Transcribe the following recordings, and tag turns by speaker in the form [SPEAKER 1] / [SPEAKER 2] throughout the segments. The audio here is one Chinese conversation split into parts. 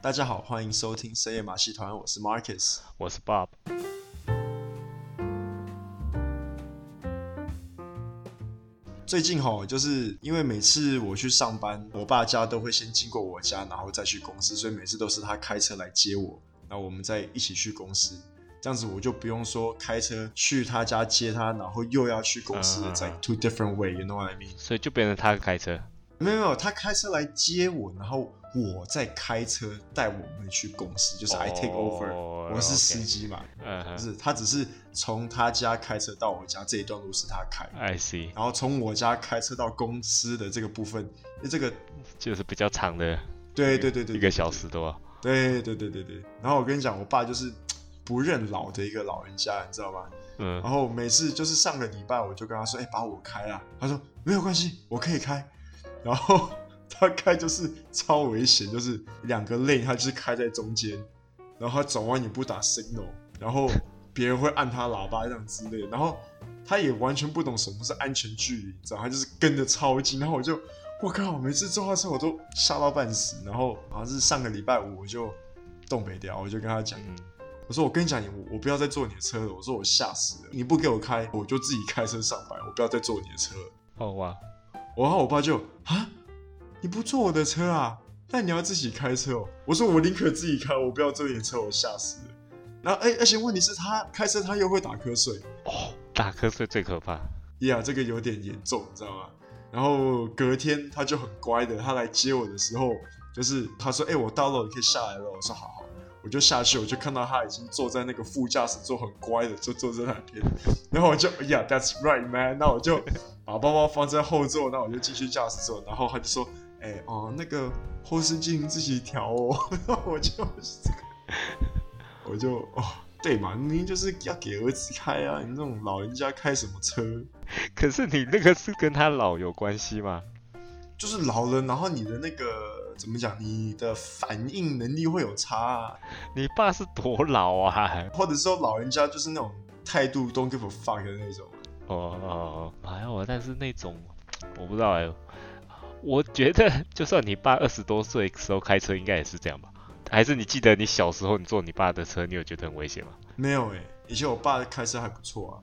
[SPEAKER 1] 大家好，欢迎收听深夜马戏团，我是 Marcus。
[SPEAKER 2] 我是 Bob。
[SPEAKER 1] 最近吼，就是因为每次我去上班，我爸家都会先经过我家，然后再去公司，所以每次都是他开车来接我，然后我们再一起去公司。这样子我就不用说开车去他家接他，然后又要去公司
[SPEAKER 2] 嗯嗯嗯
[SPEAKER 1] 在 two different way，you know what I mean？
[SPEAKER 2] 所以就变成他开车。
[SPEAKER 1] 没有没有，他开车来接我，然后我再开车带我们去公司，就是 I take over，、
[SPEAKER 2] 哦
[SPEAKER 1] 我是
[SPEAKER 2] OK
[SPEAKER 1] 司机嘛。
[SPEAKER 2] 嗯
[SPEAKER 1] 不
[SPEAKER 2] 哼
[SPEAKER 1] 是，他只是从他家开车到我家这一段路是他开，
[SPEAKER 2] ，I see，
[SPEAKER 1] 然后从我家开车到公司的这个部分，因为这个
[SPEAKER 2] 就是比较长的
[SPEAKER 1] 对对对对，
[SPEAKER 2] 一个小时多。
[SPEAKER 1] 对，对对对对对。然后我跟你讲，我爸就是不认老的一个老人家，你知道吗？
[SPEAKER 2] 嗯
[SPEAKER 1] 然后每次就是上个礼拜我就跟他说，哎、把我开啦，他说没有关系，我可以开。然后他开就是超危险，就是两个 lane 他就是开在中间，然后他转弯也不打 signal，然后别人会按他喇叭这样之类的，然后他也完全不懂什么是安全距离，你知道，他就是跟着超近，然后我就。我靠！每次坐他车我都吓到半死，然后好像是上个礼拜五我就东北掉，我就跟他讲，
[SPEAKER 2] 嗯，
[SPEAKER 1] 我说我跟你讲，你我我不要再坐你的车了。我说我吓死了，你不给我开，我就自己开车上班，我不要再坐你的车了。
[SPEAKER 2] 哦哇，
[SPEAKER 1] 然后我爸就啊，你不坐我的车啊？那你要自己开车哦。我说我宁可自己开，我不要坐你的车，我吓死了。然后哎、而且问题是他开车他又会打瞌睡，
[SPEAKER 2] 打瞌睡最可怕。
[SPEAKER 1] 呀、这个有点严重，你知道吗？然后隔天他就很乖的，他来接我的时候，就是他说：“哎、我到了，你可以下来了。”我说：“好好。”我就下去，我就看到他已经坐在那个副驾驶座，很乖的就坐在那边。 然后我就：“哎呀，That's right, man。”那我就把包包放在后座，那我就继续驾驶座。然后他就说：“哎、哦，那个后视镜自己调哦。” 然后我就，我就 哦，对嘛，明明就是要给儿子开啊！你这种老人家开什么车？
[SPEAKER 2] 可是你那个是跟他老有关系吗？
[SPEAKER 1] 就是老了，然后你的那个怎么讲，你的反应能力会有差、啊，
[SPEAKER 2] 你爸是多老啊？
[SPEAKER 1] 或者说老人家就是那种态度 don't give a fuck 的那种。
[SPEAKER 2] 哦哦，哦哎呀，我但是那种我不知道哎、我觉得就算你爸二十多岁时候开车，应该也是这样吧？还是你记得你小时候你坐你爸的车，你有觉得很危险吗？
[SPEAKER 1] 没有诶、以前我爸开车还不错啊。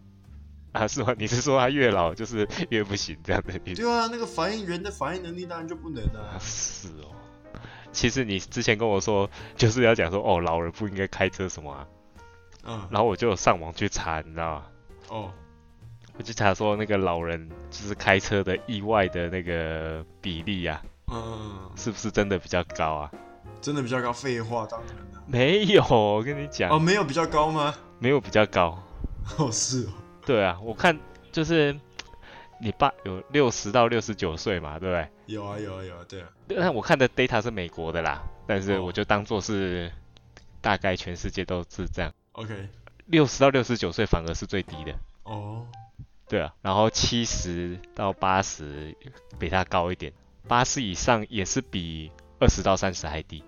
[SPEAKER 2] 啊，是吗？你是说他越老就是越不行这样的意思？
[SPEAKER 1] 对啊，那个反应人的反应能力当然就不能
[SPEAKER 2] 啊
[SPEAKER 1] 啊。
[SPEAKER 2] 是哦。其实你之前跟我说，就是要讲说哦，老人不应该开车什么啊，
[SPEAKER 1] 嗯，
[SPEAKER 2] 然后我就有上网去查，你知道吗？
[SPEAKER 1] 哦，
[SPEAKER 2] 我就查说那个老人就是开车的意外的那个比例啊，
[SPEAKER 1] 嗯，
[SPEAKER 2] 是不是真的比较高啊？
[SPEAKER 1] 真的比较高，废话当然了、
[SPEAKER 2] 没有，我跟你讲，
[SPEAKER 1] 哦，没有比较高吗？
[SPEAKER 2] 没有比较高。
[SPEAKER 1] 哦，是哦，
[SPEAKER 2] 对啊，我看就是你爸有六十到六十九岁嘛，对不对？
[SPEAKER 1] 有啊，有啊，有啊，对啊，
[SPEAKER 2] 但我看的 data 是美国的啦，但是
[SPEAKER 1] 哦
[SPEAKER 2] 我就当做是大概全世界都是这样，
[SPEAKER 1] ，OK，
[SPEAKER 2] 六十到六十九岁反而是最低的，
[SPEAKER 1] 哦，
[SPEAKER 2] 对啊，然后七十到八十比它高一点，八十以上也是比二十到三十还低，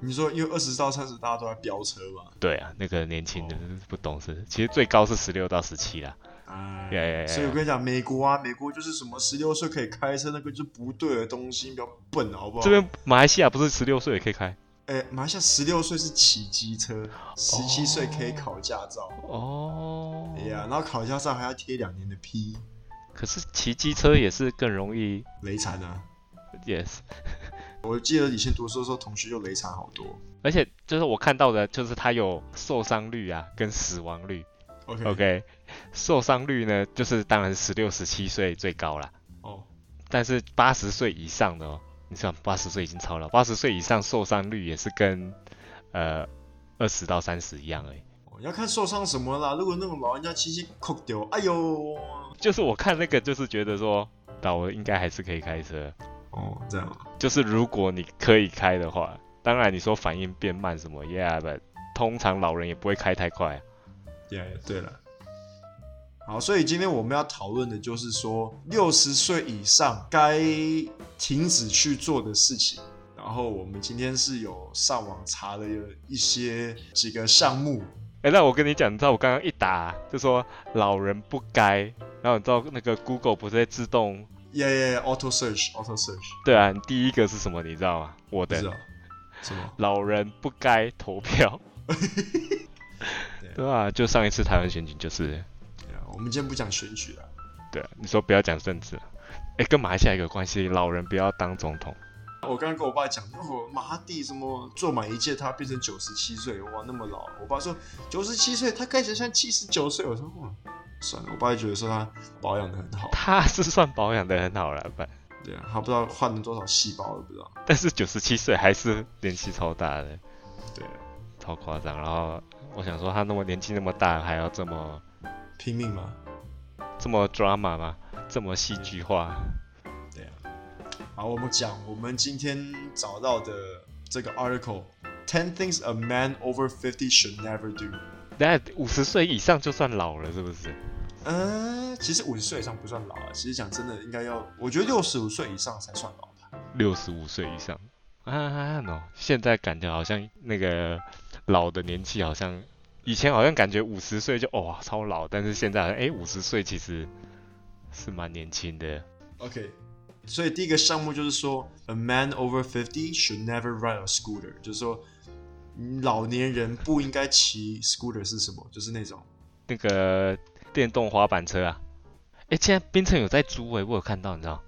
[SPEAKER 1] 你说因为二十到三十大家都在飙车嘛，
[SPEAKER 2] 对啊，那个年轻
[SPEAKER 1] 哦
[SPEAKER 2] 人不懂事，其实最高是十六到十七啦，
[SPEAKER 1] 哎
[SPEAKER 2] 呀呀呀
[SPEAKER 1] 所以我
[SPEAKER 2] 呀，
[SPEAKER 1] 跟你讲，美国啊，美国就是什么十六岁可以开车，那个就是不对的东西，比较笨，好不好？
[SPEAKER 2] 这边马来西亚不是十六岁也可以开
[SPEAKER 1] 哎、马来西亚十六岁是骑机车，十七岁可以考驾照。
[SPEAKER 2] 哦
[SPEAKER 1] 哎，呀、然后考驾照还要贴两年的 P，
[SPEAKER 2] 可是骑机车也是更容易
[SPEAKER 1] 雷残啊！
[SPEAKER 2] ，yes。
[SPEAKER 1] 我记得以前读书的时候，同学就雷残好多。
[SPEAKER 2] 而且就是我看到的，就是它有受伤率啊，跟死亡率。
[SPEAKER 1] OK
[SPEAKER 2] OK，受伤率呢，就是当然十六、十七岁最高啦，
[SPEAKER 1] 哦，
[SPEAKER 2] 但是八十岁以上的哦，你想八十岁已经超了，八十岁以上受伤率也是跟呃二十到三十一样而已。
[SPEAKER 1] 哦要看受伤什么啦。如果那种老人家轻轻扣丢，哎呦，
[SPEAKER 2] 就是我看那个，就是觉得说，老我应该还是可以开车，
[SPEAKER 1] 哦，这样啊，
[SPEAKER 2] 就是如果你可以开的话，当然你说反应变慢什么，Yeah，but 通常老人也不会开太快啊、
[SPEAKER 1] 对啊对了。好，所以今天我们要讨论的就是说，六十岁以上该停止去做的事情。然后我们今天是有上网查了有一些几个项目，
[SPEAKER 2] 哎、那我跟你讲，你知道我刚刚一打就说老人不该，然后你知道那个 Google 不是会自动
[SPEAKER 1] 耶耶，auto search auto search，
[SPEAKER 2] 对啊，你第一个是什么？你知道吗？我
[SPEAKER 1] 不知
[SPEAKER 2] 的
[SPEAKER 1] 道 什么？
[SPEAKER 2] 老人不该投票，对啊，就上一次台湾选举就是，
[SPEAKER 1] 对啊，我们今天不讲选举了，
[SPEAKER 2] 对啊、你说不要讲政治，哎、跟马来西亚有关系，老人不要当总统，
[SPEAKER 1] 我刚刚跟我爸讲，哦，马哈蒂什么做满一届，他变成九十七岁，哇，那么老。我爸说九十七岁，他看起来像七十九岁。我说，哇，算了。我爸就觉得说他保养的很好，
[SPEAKER 2] 他是算保养的很好了，反
[SPEAKER 1] 对啊，他不知道换了多少细胞都不知道。
[SPEAKER 2] 但是九十七岁还是年纪超大的，
[SPEAKER 1] 对啊，
[SPEAKER 2] 超夸张。然后我想说，他那么年纪那么大，还要这么
[SPEAKER 1] 拼命嘛，
[SPEAKER 2] 这么 drama 吗？这么戏剧化？
[SPEAKER 1] 对啊。好，我们讲我们今天找到的这个 article。Ten things a man over fifty should never do。
[SPEAKER 2] 那五十岁以上就算老了，是不是？
[SPEAKER 1] 呃，其实五十岁以上不算老啊。其实讲真的，应该要，我觉得六十五岁以上才算老吧。
[SPEAKER 2] 六十五岁以上啊，no！现在感觉好像那个老的年纪好像，以前好像感觉五十岁就哇、超老，但是现在好像哎五十岁其实是蛮年轻的。
[SPEAKER 1] OK，所以第一个项目就是说，a man over fifty should never ride a scooter，就是说嗯老年人不应该骑 scooter 是什么？就是那种
[SPEAKER 2] 那个电动滑板车啊，哎，现在冰城有在租哎、我有看到，你知道？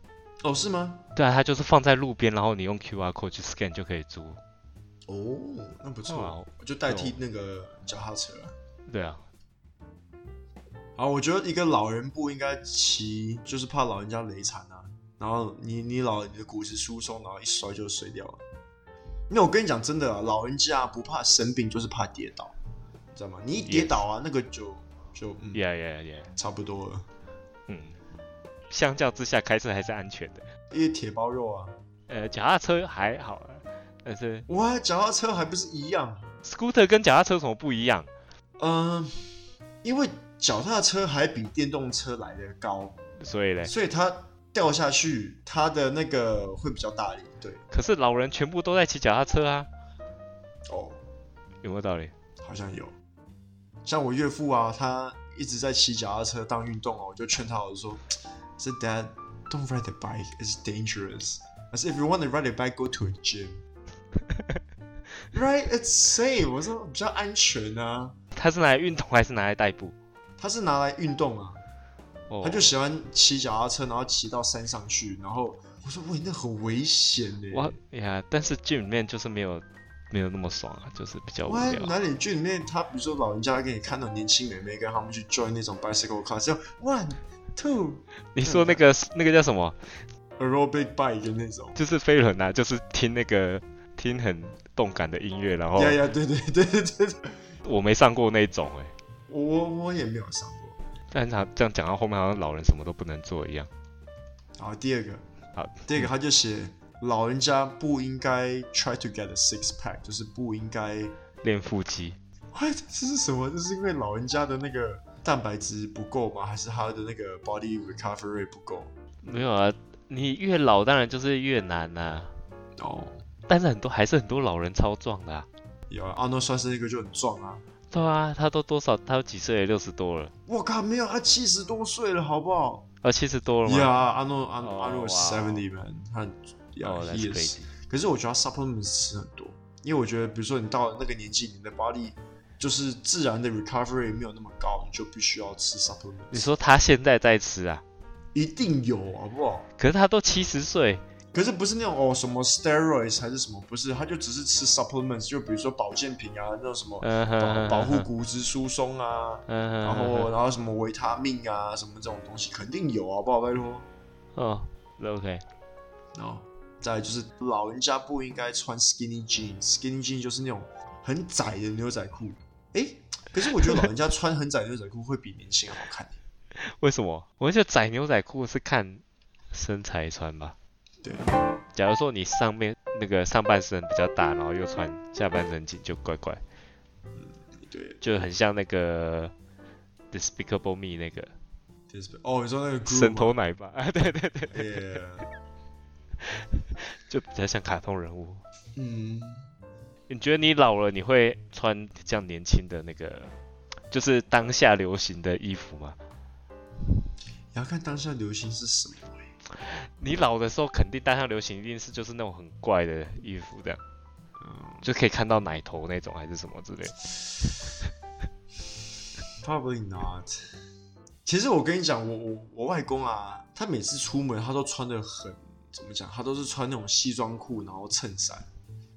[SPEAKER 1] 哦，是吗？
[SPEAKER 2] 对啊，它就是放在路边，然后你用 QR code 去 scan 就可以租。
[SPEAKER 1] 哦，那不错，
[SPEAKER 2] 哇
[SPEAKER 1] 我就代替那个脚踏车了。
[SPEAKER 2] 对啊，
[SPEAKER 1] 好，我觉得一个老人不应该骑，就是怕老人家累残啊。然后你你老你的骨质疏松，然后一摔就摔掉了。因为我跟你讲真的啊，老人家不怕生病，就是怕跌倒，你知道吗？你一跌
[SPEAKER 2] Yes
[SPEAKER 1] 倒啊，那个就就嗯
[SPEAKER 2] yeah yeah yeah，
[SPEAKER 1] 差不多了。
[SPEAKER 2] 嗯，相较之下开车还是安全的，
[SPEAKER 1] 因为铁包肉啊，
[SPEAKER 2] 呃，脚踏车还好啊，但是
[SPEAKER 1] 哇，脚踏车还不是一样？
[SPEAKER 2] scooter 跟脚踏车有什么不一样？
[SPEAKER 1] 嗯、因为脚踏车还比电动车来的高，
[SPEAKER 2] 所以嘞，
[SPEAKER 1] 所以它掉下去，它的那个会比较大力。对，
[SPEAKER 2] 可是老人全部都在骑脚踏车啊，
[SPEAKER 1] 哦，
[SPEAKER 2] 有没有道理？
[SPEAKER 1] 好像有。像我岳父啊，他一直在骑脚踏车当运动哦，我就劝他，我就说，So Dad, don't ride the bike, it's dangerous. I said, if you want to ride a bike, go to a gym. Right, it's safe. 我说比较安全啊，
[SPEAKER 2] 他是拿来运动还是拿来代步？
[SPEAKER 1] 他是拿来运动啊。
[SPEAKER 2] 哦，
[SPEAKER 1] 他就喜欢骑脚踏车，然后骑到山上去，然后我说喂，那很危险欸呢。
[SPEAKER 2] 哇呀，但是 gym 里面就是没有没有那么爽啊，就是比较无
[SPEAKER 1] 哇，
[SPEAKER 2] 聊。
[SPEAKER 1] 哪里剧里面他比如说老人家给你看到年轻妹妹跟他们去 join 那种 bicycle class，要 one two
[SPEAKER 2] 你说那个那个叫什么？
[SPEAKER 1] aerobic bike 的那种。
[SPEAKER 2] 就是飞轮啊，就是听那个听很动感的音乐，然后
[SPEAKER 1] 呀呀，对对对对对，对
[SPEAKER 2] 我没上过那种哎、
[SPEAKER 1] 我我我也没有上过。
[SPEAKER 2] 但是好这样讲到后面好像老人什么都不能做一样。
[SPEAKER 1] 好，第二个，
[SPEAKER 2] 好，
[SPEAKER 1] 第二个他就写老人家不应该 try to get a six pack，就是不应该
[SPEAKER 2] 练腹肌，
[SPEAKER 1] What？这是什么？这是因为老人家的那个蛋白质不够吗？还是他的那个 body recovery 不够？
[SPEAKER 2] 没有啊，你越老当然就是越难呐、啊。
[SPEAKER 1] 哦，
[SPEAKER 2] 但是很多还是很多老人超壮的、啊，
[SPEAKER 1] 有啊，阿诺算是那个就很壮啊。
[SPEAKER 2] 对啊，他都多少，他都几岁了？六十多了，
[SPEAKER 1] 我靠，没有，他七十多岁了，好不好
[SPEAKER 2] 呃、哦，七十多了吗
[SPEAKER 1] ？Yeah，阿诺阿
[SPEAKER 2] 哦
[SPEAKER 1] 阿诺 seventy man，他
[SPEAKER 2] 哦
[SPEAKER 1] yeah
[SPEAKER 2] ，that's
[SPEAKER 1] he is。
[SPEAKER 2] crazy
[SPEAKER 1] 可是我觉得他 supplements 吃很多，因为我觉得比如说你到了那个年纪，你的 body 就是自然的 recovery 没有那么高，你就必须要吃 supplements。
[SPEAKER 2] 你说他现在在吃啊？
[SPEAKER 1] 一定有，好不好？
[SPEAKER 2] 可是他都七十岁，
[SPEAKER 1] 可是不是那种哦什么 steroids 还是什么，不是，他就只是吃 supplements，就比如说保健品啊，那种什么
[SPEAKER 2] 嗯哼
[SPEAKER 1] 保
[SPEAKER 2] 哼，
[SPEAKER 1] 保护
[SPEAKER 2] 哼，
[SPEAKER 1] 骨质疏松啊，
[SPEAKER 2] 嗯哼，
[SPEAKER 1] 然
[SPEAKER 2] 哼
[SPEAKER 1] 后
[SPEAKER 2] 哼
[SPEAKER 1] 然后什么维他命啊，什么这种东西肯定有啊，好不好？拜托。
[SPEAKER 2] 哦，OK，
[SPEAKER 1] 然后再来就是老人家不应该穿 skinny jeans，skinny jeans 就是那种很窄的牛仔裤。诶，可是我觉得老人家穿很窄的牛仔裤会比年轻人好看。
[SPEAKER 2] 为什么？我觉得窄牛仔裤是看身材穿吧。
[SPEAKER 1] 对，
[SPEAKER 2] 假如说你上面那个上半身比较大，然后又穿下半身紧，就怪怪，
[SPEAKER 1] 对
[SPEAKER 2] 就很像那个 Despicable Me 那个
[SPEAKER 1] ，Display- 哦，你说那个 g r
[SPEAKER 2] 神头奶爸， 啊，对对对，
[SPEAKER 1] Yeah，
[SPEAKER 2] 就比较像卡通人物。
[SPEAKER 1] 嗯，
[SPEAKER 2] 你觉得你老了你会穿这样年轻的那个，就是当下流行的衣服吗？
[SPEAKER 1] 你要看当下流行是什么。
[SPEAKER 2] 你老的时候肯定当下流行一定是就是那种很怪的衣服这样，就可以看到奶头那种还是什么之类的。
[SPEAKER 1] Probably not。其实我跟你讲，我我我外公啊，他每次出门他都穿的很怎么讲？他都是穿那种西装裤，然后衬衫。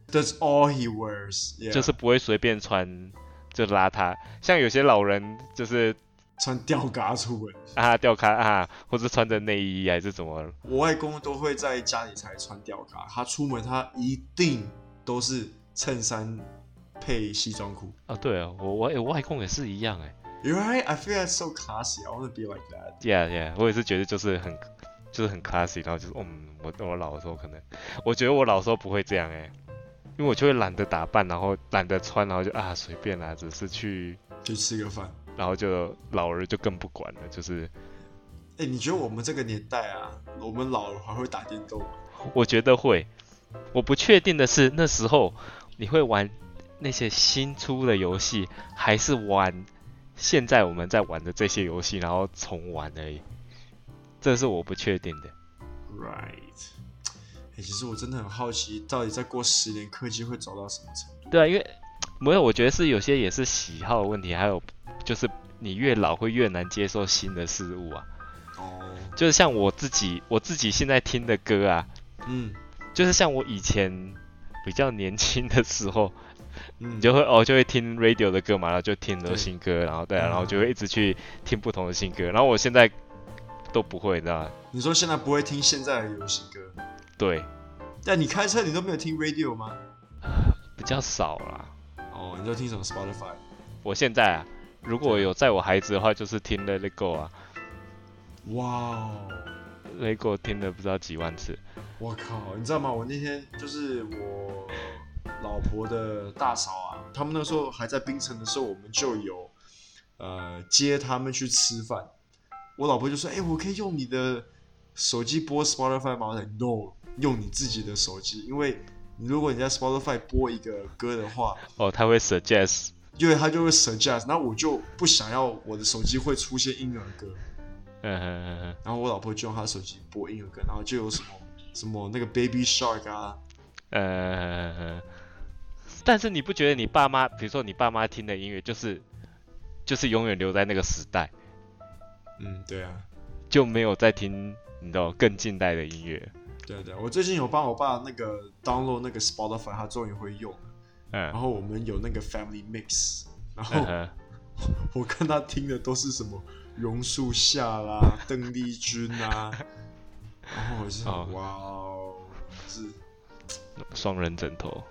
[SPEAKER 1] That's all he wears，、yeah,
[SPEAKER 2] 就是不会随便穿就邋遢。像有些老人就是
[SPEAKER 1] 穿吊嘎出门。
[SPEAKER 2] 啊吊咖啊，或者穿着内衣还是怎么，
[SPEAKER 1] 我外公都会在家里才穿吊嘎，他出门他一定都是衬衫配西装裤。
[SPEAKER 2] 啊对啊，我我、我外公也是一样哎、
[SPEAKER 1] You're right, I feel that's so classy. I want to be like that.
[SPEAKER 2] Yeah yeah，我也是觉得就是很就是很 classy，然后就是嗯，我我老的时候可能，我觉得我老的时候不会这样哎、因为我就会懒得打扮，然后懒得穿，然后就啊随便啦，只是去，
[SPEAKER 1] 去吃个饭。
[SPEAKER 2] 然后就老人就更不管了，就是
[SPEAKER 1] 哎、你觉得我们这个年代啊，我们老了还会打电动吗？
[SPEAKER 2] 我觉得会，我不确定的是那时候你会玩那些新出的游戏，还是玩现在我们在玩的这些游戏，然后重玩而已，这是我不确定的。
[SPEAKER 1] Right 欸。其实我真的很好奇，到底再过十年科技会走到什么程度？
[SPEAKER 2] 对啊，因为没有，我觉得是有些也是喜好的问题，还有就是你越老会越难接受新的事物啊。
[SPEAKER 1] 哦，
[SPEAKER 2] 就是像我自己，我自己现在听的歌啊，
[SPEAKER 1] 嗯
[SPEAKER 2] 就是像我以前比较年轻的时候，
[SPEAKER 1] 嗯，
[SPEAKER 2] 你就会哦就会听 radio 的歌嘛，然后就听很多
[SPEAKER 1] 对
[SPEAKER 2] 新歌，然后对、啊，
[SPEAKER 1] 嗯
[SPEAKER 2] 然后就会一直去听不同的新歌，然后我现在都不会，你知道吗？
[SPEAKER 1] 你说现在不会听现在的流行歌，
[SPEAKER 2] 对，
[SPEAKER 1] 但你开车你都没有听 radio 吗？
[SPEAKER 2] 比较少啦。
[SPEAKER 1] 哦，你都听什么 Spotify？
[SPEAKER 2] 我现在啊，如果有在我孩子的话，就是听 Let It Go 啊
[SPEAKER 1] 哇哦，
[SPEAKER 2] ，Let It Go 听了不知道几万次。
[SPEAKER 1] 我靠，你知道吗？我那天就是我老婆的大嫂啊，他们那时候还在槟城的时候，我们就有呃接他们去吃饭。我老婆就说：“哎、我可以用你的手机播 Spotify 哎吗？”我说：“No，用你自己的手机，因为你如果你在 Spotify 播一个歌的话，
[SPEAKER 2] 哦，他会 suggest
[SPEAKER 1] 因为它就会 suggest，那我就不想要我的手机会出现婴儿歌。”
[SPEAKER 2] 嗯哼哼哼，
[SPEAKER 1] 然后我老婆就用她的手机播婴儿歌，然后就有什么什么那个 Baby Shark 啊，
[SPEAKER 2] 呃，哼哼但是你不觉得你爸妈，比如说你爸妈听的音乐，就是就是永远留在那个时代，
[SPEAKER 1] 嗯，对啊，
[SPEAKER 2] 就没有再听你知道更近代的音乐？
[SPEAKER 1] 对啊对啊，我最近有帮我爸那个 download 那个 Spotify，他终于会用了。
[SPEAKER 2] 嗯
[SPEAKER 1] 然，后我们有那个 Family Mix，然
[SPEAKER 2] 嗯
[SPEAKER 1] 后
[SPEAKER 2] 哼，
[SPEAKER 1] 我看他听的都是什么榕树下啦、邓丽君啊，然后我是想
[SPEAKER 2] 哦
[SPEAKER 1] 哇哦，是
[SPEAKER 2] 双人枕头，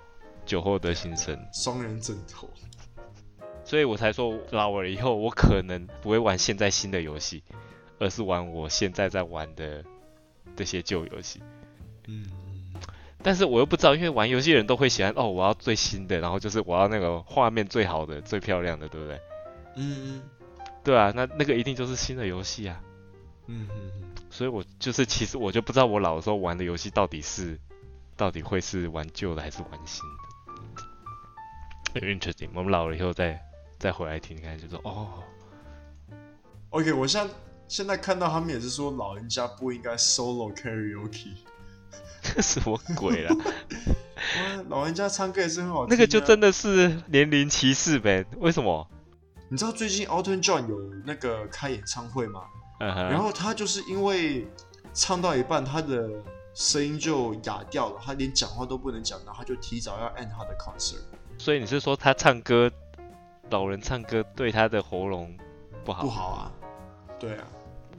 [SPEAKER 2] 酒后的心声，
[SPEAKER 1] 双人枕头。
[SPEAKER 2] 所以我才说老了以后，我可能不会玩现在新的游戏，而是玩我现在在玩的这些旧游戏。
[SPEAKER 1] 嗯，
[SPEAKER 2] 但是我又不知道，因为玩游戏的人都会喜欢哦，我要最新的，然后就是我要那个画面最好的、最漂亮的，对不对？
[SPEAKER 1] 嗯
[SPEAKER 2] 对啊，那那个一定就是新的游戏啊。
[SPEAKER 1] 嗯嗯嗯，
[SPEAKER 2] 所以我就是其实我就不知道我老的时候玩的游戏到底是到底会是玩旧的还是玩新的。很 interesting，我们老了以后再再回来听，看就说哦，
[SPEAKER 1] OK，我现在现在看到他们也是说老人家不应该 solo karaoke，
[SPEAKER 2] 这什么鬼啦？
[SPEAKER 1] 哇老人家唱歌也是很好听、啊。
[SPEAKER 2] 那个就真的是年龄歧视呗？为什么？
[SPEAKER 1] 你知道最近 Elton John 有那个开演唱会吗？
[SPEAKER 2] 嗯哼，
[SPEAKER 1] 然后他就是因为唱到一半，他的声音就哑掉了，他连讲话都不能讲，然后他就提早要 end 他的 concert。
[SPEAKER 2] 所以你是说他唱歌，老人唱歌对他的喉咙不好
[SPEAKER 1] 不好啊，对啊，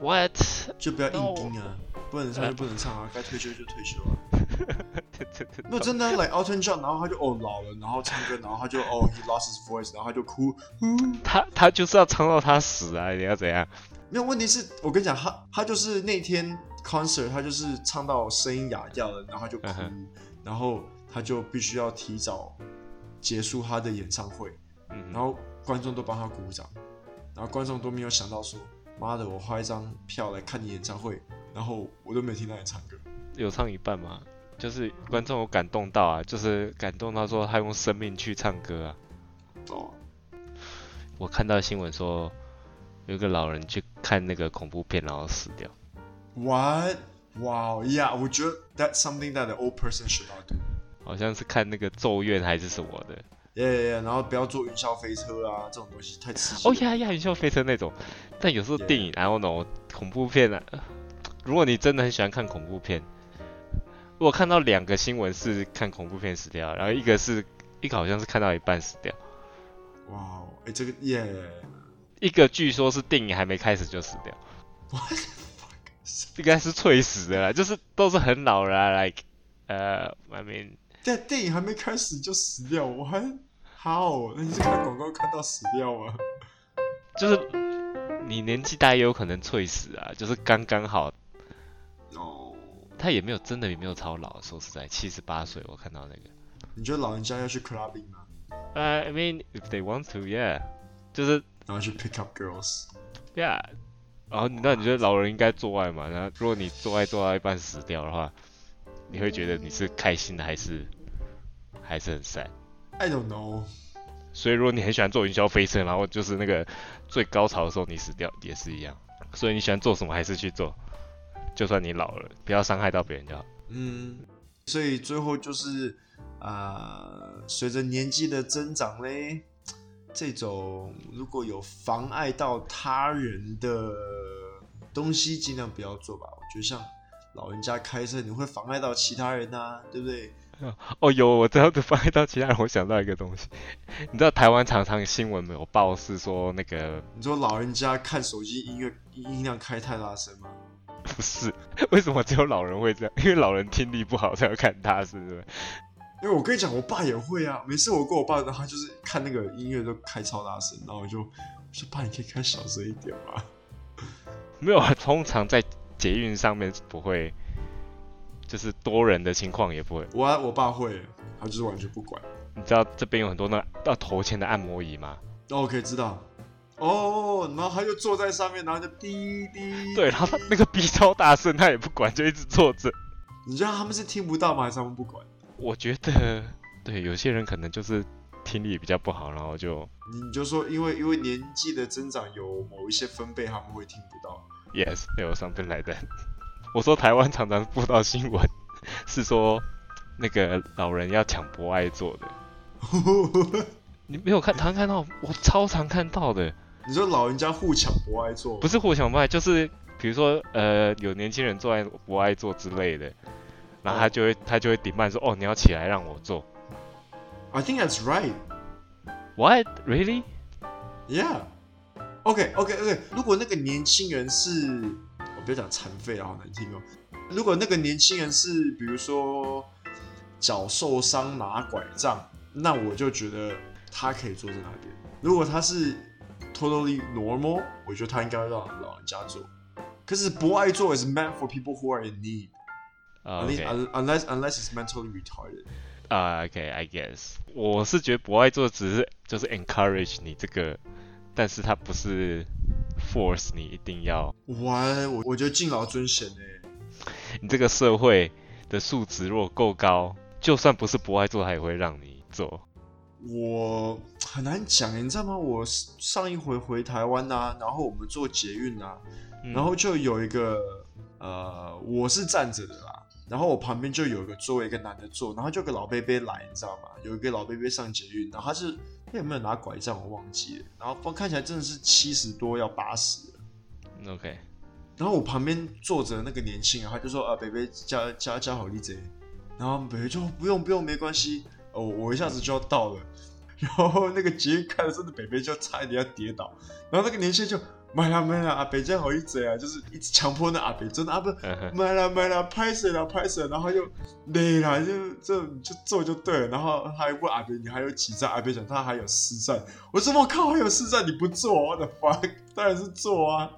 [SPEAKER 2] w h a t
[SPEAKER 1] 就不要硬盯啊，不能唱就不能唱啊，该退休就退休啊。没有真 的啊来 Elton John，然后他就哦老了，然后唱歌，然后他就哦 he lost his voice，然后他就哭。
[SPEAKER 2] 他他就是要唱到他死啊！你要怎样？
[SPEAKER 1] 没有问题是我跟你讲，他他就是那天 concert，他就是唱到声音哑掉了，然后他就哭
[SPEAKER 2] 嗯哼
[SPEAKER 1] 然后他就必须要提早结束他的演唱会，
[SPEAKER 2] 嗯
[SPEAKER 1] 然后观众都帮他鼓掌，然后观众都没有想到说，妈的，我花一张票来看你演唱会，然后我都没听到你唱歌，
[SPEAKER 2] 有唱一半吗？就是观众有感动到啊，就是感动到说他用生命去唱歌啊。
[SPEAKER 1] 哦，
[SPEAKER 2] 我看到新闻说，有一个老人去看那个恐怖片，然后死掉。
[SPEAKER 1] what？哇、wow, yeah，我觉得 that's something that an old person should not do。
[SPEAKER 2] 好像是看那个《咒怨》还是什么的。
[SPEAKER 1] 耶耶，然后不要坐云霄飞车啊，这种东西太刺激了。
[SPEAKER 2] 哦呀呀，云霄飞车那种。但有时候
[SPEAKER 1] Yeah
[SPEAKER 2] 电影，I don't know，恐怖片啊，呃如果你真的很喜欢看恐怖片，我看到两个新闻是看恐怖片死掉，然后一个是一个好像是看到一半死掉，
[SPEAKER 1] 哇哦，哎、这个耶
[SPEAKER 2] 一个据说是电影还没开始就死掉。应该是猝死的啦，就是都是很老了啊，like 呃，I mean
[SPEAKER 1] 但电影还没开始就死掉，我还好，那你是看广告看到死掉吗？
[SPEAKER 2] 就是你年纪大也有可能猝死啊，就是刚刚好，
[SPEAKER 1] 哦，
[SPEAKER 2] 他也没有真的也没有超老，说实在，七十八岁我看到那个，
[SPEAKER 1] 你觉得老人家要去 clubbing 吗？
[SPEAKER 2] 呃、i mean if they want to yeah，就是
[SPEAKER 1] 然后去 pick up girls？
[SPEAKER 2] yeah，然后你那你觉得老人应该做爱嘛？然后如果你做爱做到一半死掉的话，你会觉得你是开心的还是还是很 sad？
[SPEAKER 1] I don't know。
[SPEAKER 2] 所以如果你很喜欢坐云霄飞车，然后就是那个最高潮的时候你死掉也是一样。所以你喜欢做什么还是去做，就算你老了，不要伤害到别人就好。
[SPEAKER 1] 嗯，所以最后就是啊，随、着年纪的增长嘞，这种如果有妨碍到他人的东西，尽量不要做吧。我觉得像老人家开车，你会妨碍到其他人呐、对不对？
[SPEAKER 2] 哦，有我知道的妨碍到其他人，我想到一个东西，你知道台湾常常新闻有报是说那个
[SPEAKER 1] 你说老人家看手机音乐音量开太大声吗？
[SPEAKER 2] 不是， 为什么只有老人会这样？因为老人听力不好才要看他，是不是？
[SPEAKER 1] 因为我跟你讲，我爸也会啊。每次我跟我爸，然后他就是看那个音乐都开超大声，然后我就我说爸，你可以开小声一点吗？
[SPEAKER 2] 没有，啊，通常在捷运上面不会，就是多人的情况也不会。
[SPEAKER 1] 我啊我爸会，他就是完全不管。
[SPEAKER 2] 你知道这边有很多那到头前的按摩椅吗？
[SPEAKER 1] 哦，可以知道。哦，然后他就坐在上面，然后就滴滴。
[SPEAKER 2] 对，然后他那个逼超大声，他也不管，就一直坐着。
[SPEAKER 1] 你知道他们是听不到吗？还是他们不管？
[SPEAKER 2] 我觉得，对，有些人可能就是听力比较不好，然后就
[SPEAKER 1] 你你就说，因为因为年纪的增长，有某一些分贝他们会听不到。
[SPEAKER 2] yes，没有 something like that。我说台湾常常播到新闻，是说那个老人要抢博爱做的。你没有看，常看到，我超常看到的，
[SPEAKER 1] 你说老人家互抢不爱做，
[SPEAKER 2] 不是互抢博爱，就是比如说呃，有年轻人坐在博爱做之类的，然后他就会他就会 demand 说，哦，你要起来让我做
[SPEAKER 1] i think that's right.
[SPEAKER 2] What really？
[SPEAKER 1] Yeah. OK OK OK，如果那个年轻人是，我不要讲残废啊，好难听哦。如果那个年轻人是，比如说脚受伤拿拐杖，那我就觉得他可以坐在那边。如果他是 totally normal，我觉得他应该让老人家坐。可是不爱坐 is meant for people who are in need，
[SPEAKER 2] 啊
[SPEAKER 1] unless、
[SPEAKER 2] ，OK。
[SPEAKER 1] unless unless it's mentally retarded。
[SPEAKER 2] 啊、o k i guess，我是觉得不爱做只是就是 encourage 你这个，但是它不是 force 你一定要。
[SPEAKER 1] 哇，我我觉得敬老尊贤哎、
[SPEAKER 2] 你这个社会的素质如果够高，就算不是不爱做，它也会让你做。
[SPEAKER 1] 我很难讲耶，你知道吗？我上一回回台湾呐、然后我们坐捷运啊，
[SPEAKER 2] 嗯
[SPEAKER 1] 然后就有一个呃，我是站着的啦，然后我旁边就有一个座位，一个男的坐，然后就有个老伯伯来，你知道吗？有一个老伯伯上捷运，然后他是他有没有拿拐杖我忘记了，然后不过看起来真的是七十多要八十了。
[SPEAKER 2] OK，
[SPEAKER 1] 然后我旁边坐着那个年轻人，他就说：“啊，北北加加加好力贼。”然后北北就不用不用，没关系，哦，我一下子就要到了。然后那个捷运开了，真的北北就差一点要跌倒。然后那个年轻人就买啦买啦，阿北加好力贼啊，就是一直强迫那阿北，真的阿不
[SPEAKER 2] 嗯哼，
[SPEAKER 1] 买啦买啦，拍死了拍死了，然后又累了，就就就做就对了。然后他还问阿北你还有几站？阿北讲他还有四站。我说我靠，还有四站你不做、我的 fuck，当 然是做啊。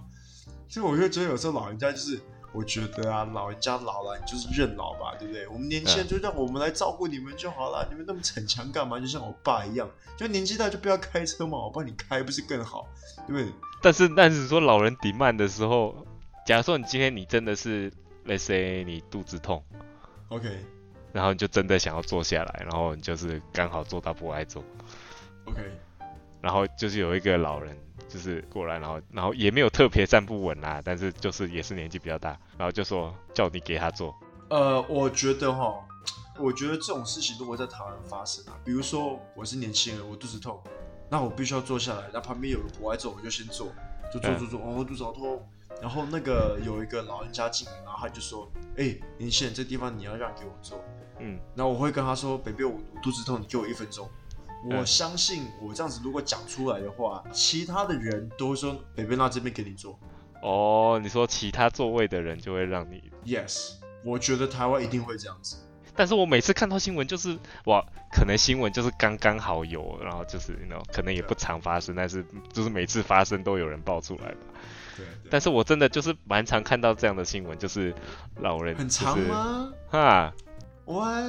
[SPEAKER 1] 所以我就觉得有时候老人家就是，我觉得啊，老人家老了，你就是认老吧，对不对？我们年轻人就让我们来照顾你们就好了，你们那么逞强干嘛？就像我爸一样，就年纪大就不要开车嘛，我帮你开不是更好，对不对？
[SPEAKER 2] 但是但是说老人 demand 的时候，假如说你今天你真的是，let's say 你肚子痛，
[SPEAKER 1] OK
[SPEAKER 2] 然后你就真的想要坐下来，然后你就是刚好做到不爱做。
[SPEAKER 1] OK，
[SPEAKER 2] 然后就是有一个老人就是过来，然后然后也没有特别站不稳啦，但是就是也是年纪比较大，然后就说叫你给他做，
[SPEAKER 1] 呃，我觉得哈，我觉得这种事情如果在台湾发生啊，比如说我是年轻人，我肚子痛，那我必须要坐下来，那旁边有个博爱座，我就先坐，就坐
[SPEAKER 2] 嗯
[SPEAKER 1] 坐坐，哦，我肚子好痛。然后那个有一个老人家进来，然后他就说：“哎、年轻人，这地方你要让给我坐。”
[SPEAKER 2] 嗯，
[SPEAKER 1] 然后我会跟他说：“baby，我我肚子痛，你给我一分钟。”我
[SPEAKER 2] 嗯
[SPEAKER 1] 相信我这样子如果讲出来的话，其他的人都会说：“baby，那这边给你坐。
[SPEAKER 2] 哦，你说其他座位的人就会让你，
[SPEAKER 1] ”Yes，我觉得台湾一定会这样子。
[SPEAKER 2] 但是我每次看到新闻就是，哇，可能新闻就是刚刚好有，然后就是那 you know, 可能也不常发生，但是就是每次发生都有人爆出来吧。
[SPEAKER 1] 对，
[SPEAKER 2] 但是我真的就是蛮常看到这样的新闻，就是老人
[SPEAKER 1] 很长？吗？
[SPEAKER 2] 就是哈，
[SPEAKER 1] 哇，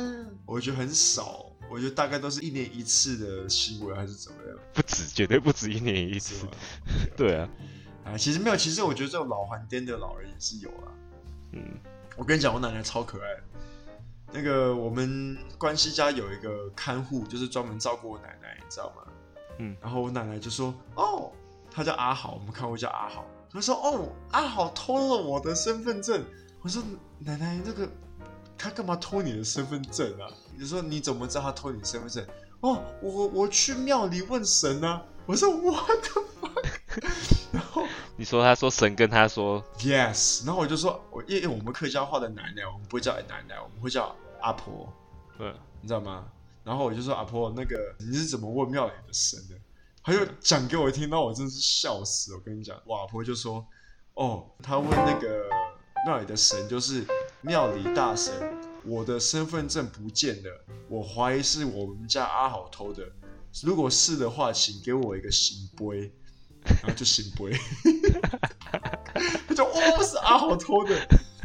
[SPEAKER 1] 我觉得很少，我觉得大概都是一年一次的新闻还是怎么样，
[SPEAKER 2] 不止，绝对不止一年一
[SPEAKER 1] 是
[SPEAKER 2] 次
[SPEAKER 1] 吧。？
[SPEAKER 2] 对啊，
[SPEAKER 1] 啊，其实没有，其实我觉得这种老还颠的老人也是有啊。
[SPEAKER 2] 嗯，
[SPEAKER 1] 我跟你讲，我奶奶超可爱的。那个我们关系家有一个看护，就是专门照顾我奶奶，你知道吗？
[SPEAKER 2] 嗯
[SPEAKER 1] 然后我奶奶就说：“哦，他叫阿豪，我们看护叫阿豪。”他说：“哦，阿豪偷了我的身份证。”我说：“奶奶，那个他干嘛偷你的身份证啊？”你说：“你怎么知道他偷你身份证？”哦，我我去庙里问神啊。我说：“我的然后
[SPEAKER 2] 你说他说神跟他说，
[SPEAKER 1] Yes，然后我就说，我因为我们客家话的奶奶，我们不会叫奶奶，我们会叫阿婆，
[SPEAKER 2] 嗯，
[SPEAKER 1] 你知道吗？然后我就说阿婆，那个你是怎么问庙里的神的？他就讲给我听，那我真是笑死。我跟你讲，我阿婆就说，哦，他问那个庙里的神，就是庙里大神，我的身份证不见了，我怀疑是我们家阿好偷的。如果是的话，请给我一个行杯，然后就行杯。 他就哦，是阿豪偷的。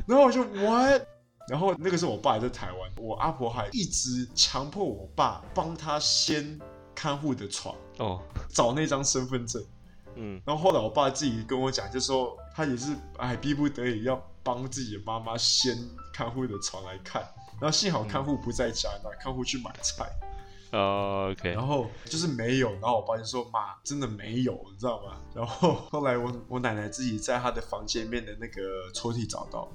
[SPEAKER 1] 然后我就 what？然后那个时候我爸还在台湾，我阿婆还一直强迫我爸帮他先看护的床，
[SPEAKER 2] 哦，
[SPEAKER 1] 找那张身份证。
[SPEAKER 2] 嗯，
[SPEAKER 1] 然后后来我爸自己跟我讲，就说他也是哎逼不得已要帮自己的妈妈先看护的床来看。然后幸好看护不在家，那看护去买菜，
[SPEAKER 2] 哦，OK，
[SPEAKER 1] 然后就是没有，然后我爸就说妈，真的没有，你知道吗？然后后来我我奶奶自己在她的房间里面的那个抽屉找到，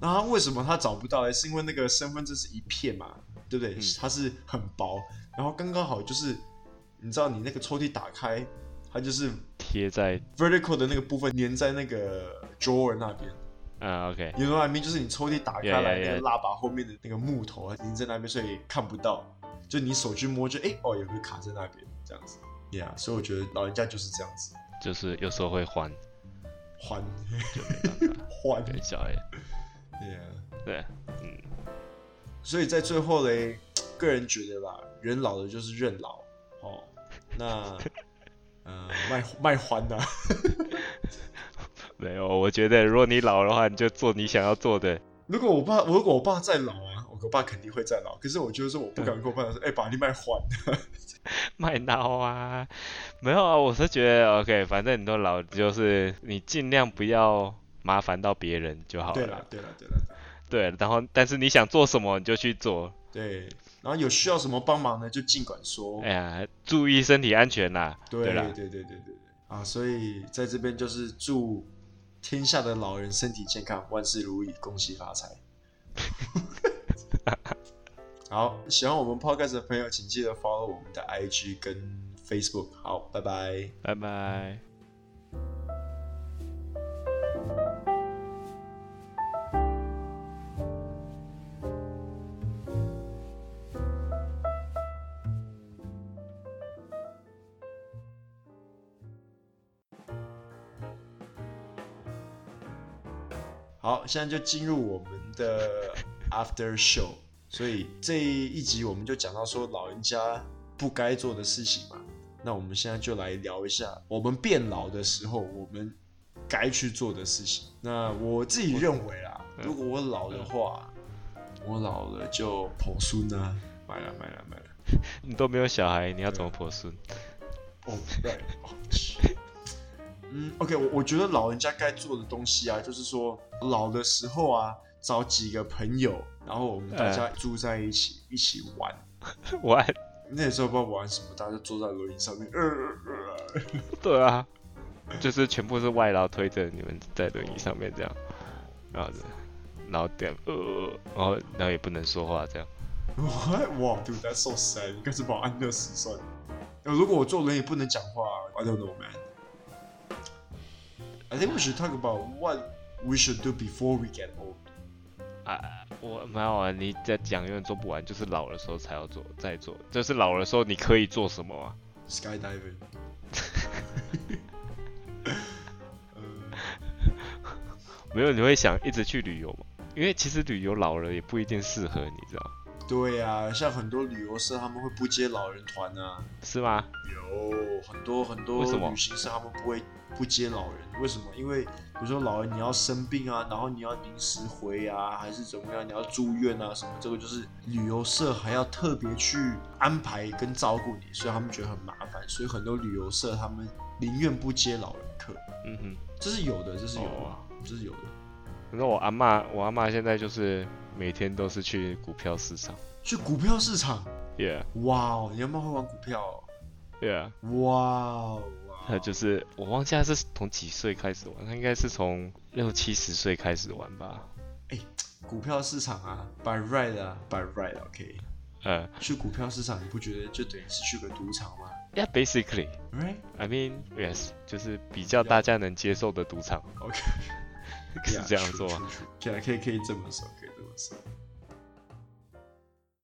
[SPEAKER 1] 那她为什么她找不到呢？是因为那个身份证是一片嘛，对不对？
[SPEAKER 2] 嗯
[SPEAKER 1] 它是很薄，然后刚刚好就是你知道你那个抽屉打开，它就是
[SPEAKER 2] 贴在
[SPEAKER 1] vertical 的那个部分粘在那个 drawer 那边。
[SPEAKER 2] 啊，OK，
[SPEAKER 1] 你懂我 I mean？就是你抽屉打开来
[SPEAKER 2] Yeah, yeah,
[SPEAKER 1] 那个
[SPEAKER 2] yeah.
[SPEAKER 1] 蜡把后面的那个木头啊，粘在那边，所以看不到。就你手去摸就，诶哎哦，有个卡在那边这样子。Yeah，所以我觉得老人家就是这样子，
[SPEAKER 2] 就是有时候会还，
[SPEAKER 1] 还
[SPEAKER 2] 就没办法，
[SPEAKER 1] 还
[SPEAKER 2] 对，小孩，
[SPEAKER 1] ，Yeah。
[SPEAKER 2] 对，
[SPEAKER 1] 所以在最后嘞，个人觉得啦，人老了就是认老哦。那呃，卖卖还呐、
[SPEAKER 2] 没有，我觉得如果你老的话，你就做你想要做的，
[SPEAKER 1] 如果我爸，如果我爸再老啊，我爸肯定会再老。可是我就是说，我不敢跟我爸说，哎、把你卖还。
[SPEAKER 2] 卖脑啊，没有啊，我是觉得 OK，反正你都老，就是你尽量不要麻烦到别人就好
[SPEAKER 1] 对
[SPEAKER 2] 了
[SPEAKER 1] 了，。对了，对了。
[SPEAKER 2] 对，然后但是你想做什么你就去做，
[SPEAKER 1] 对，然后有需要什么帮忙呢，就尽管说。
[SPEAKER 2] 哎呀，注意身体安全啦。
[SPEAKER 1] 哦对
[SPEAKER 2] 啦
[SPEAKER 1] 对，对对对对啊！所以在这边就是祝天下的老人身体健康，万事如意，恭喜发财。好，喜欢我们 podcast 的朋友，请记得 follow 我们的 IG 跟 Facebook。好，拜拜。
[SPEAKER 2] 拜拜。
[SPEAKER 1] 好，现在就进入我们 的 after show。所以这一集我们就讲到说老人家不该做的事情嘛。那我们现在就来聊一下，我们变老的时候，我们该去做的事情。那我自己认为啦，
[SPEAKER 2] 嗯
[SPEAKER 1] 如果我老的话，我老了就婆孙啊，嗯买了买了买了。
[SPEAKER 2] 你都没有小孩，你要怎
[SPEAKER 1] 啊
[SPEAKER 2] 么婆孙？
[SPEAKER 1] 哦，对，哦是嗯，OK，我我觉得老人家该做的东西啊，就是说老的时候啊，找几个朋友，然后我们大家住在一起，一起玩。
[SPEAKER 2] 我还
[SPEAKER 1] 那时候不知道玩什么，大家就坐在轮椅上面，呃呃 呃，
[SPEAKER 2] 对啊，就是全部是外劳推着你们在轮椅上面这样，然后然后点呃，然后然后也不能说话这样，
[SPEAKER 1] What? Wow, dude, that's so sad. 你干脆把我按乐死算了。呃如果我坐轮椅不能讲话，I don't know, man. I think we should talk about what we should do before we get old.
[SPEAKER 2] 我没有啊，你在讲永远做不完，就是老的时候才要做，再做，就是老的时候你可以做什么啊？
[SPEAKER 1] Skydiving. 呃
[SPEAKER 2] 没有，你会想一直去旅游吗？因为其实旅游老了也不一定适合，你知道
[SPEAKER 1] 对呀、像很多旅游社他们会不接老人团啊，
[SPEAKER 2] 是吗？
[SPEAKER 1] 有很多很多
[SPEAKER 2] 哦为什么
[SPEAKER 1] 旅行社他们不会不接老人，为什么？因为比如说老人你要生病啊，然后你要临时回啊，还是怎么样，你要住院啊什么，这个就是旅游社还要特别去安排跟照顾你，所以他们觉得很麻烦，所以很多旅游社他们宁愿不接老人客，
[SPEAKER 2] 嗯哼。
[SPEAKER 1] 这是有的，这是有的，
[SPEAKER 2] 哦
[SPEAKER 1] 这是有的。
[SPEAKER 2] 那我阿嬷，我阿嬷现在就是每天都是去股票市场
[SPEAKER 1] 去股票市场，
[SPEAKER 2] ，Yeah
[SPEAKER 1] 哇哦，你要不要会玩股票、哦？
[SPEAKER 2] Yeah，
[SPEAKER 1] 哇哦，哇哦
[SPEAKER 2] 她呃就是我忘记她是从几岁开始玩，她应该是从六七十岁开始玩吧，
[SPEAKER 1] 股票市场啊，by right 啊，by right，OK、
[SPEAKER 2] 呃
[SPEAKER 1] 去股票市场，你不觉得就等于是去个赌场吗
[SPEAKER 2] ，Yeah，basically。
[SPEAKER 1] ？Right？OK，、
[SPEAKER 2] I mean, yes，就是比较大家能接受的赌场
[SPEAKER 1] OK，
[SPEAKER 2] 是这样做吗？
[SPEAKER 1] 可以可以可以这么说，可以这么说。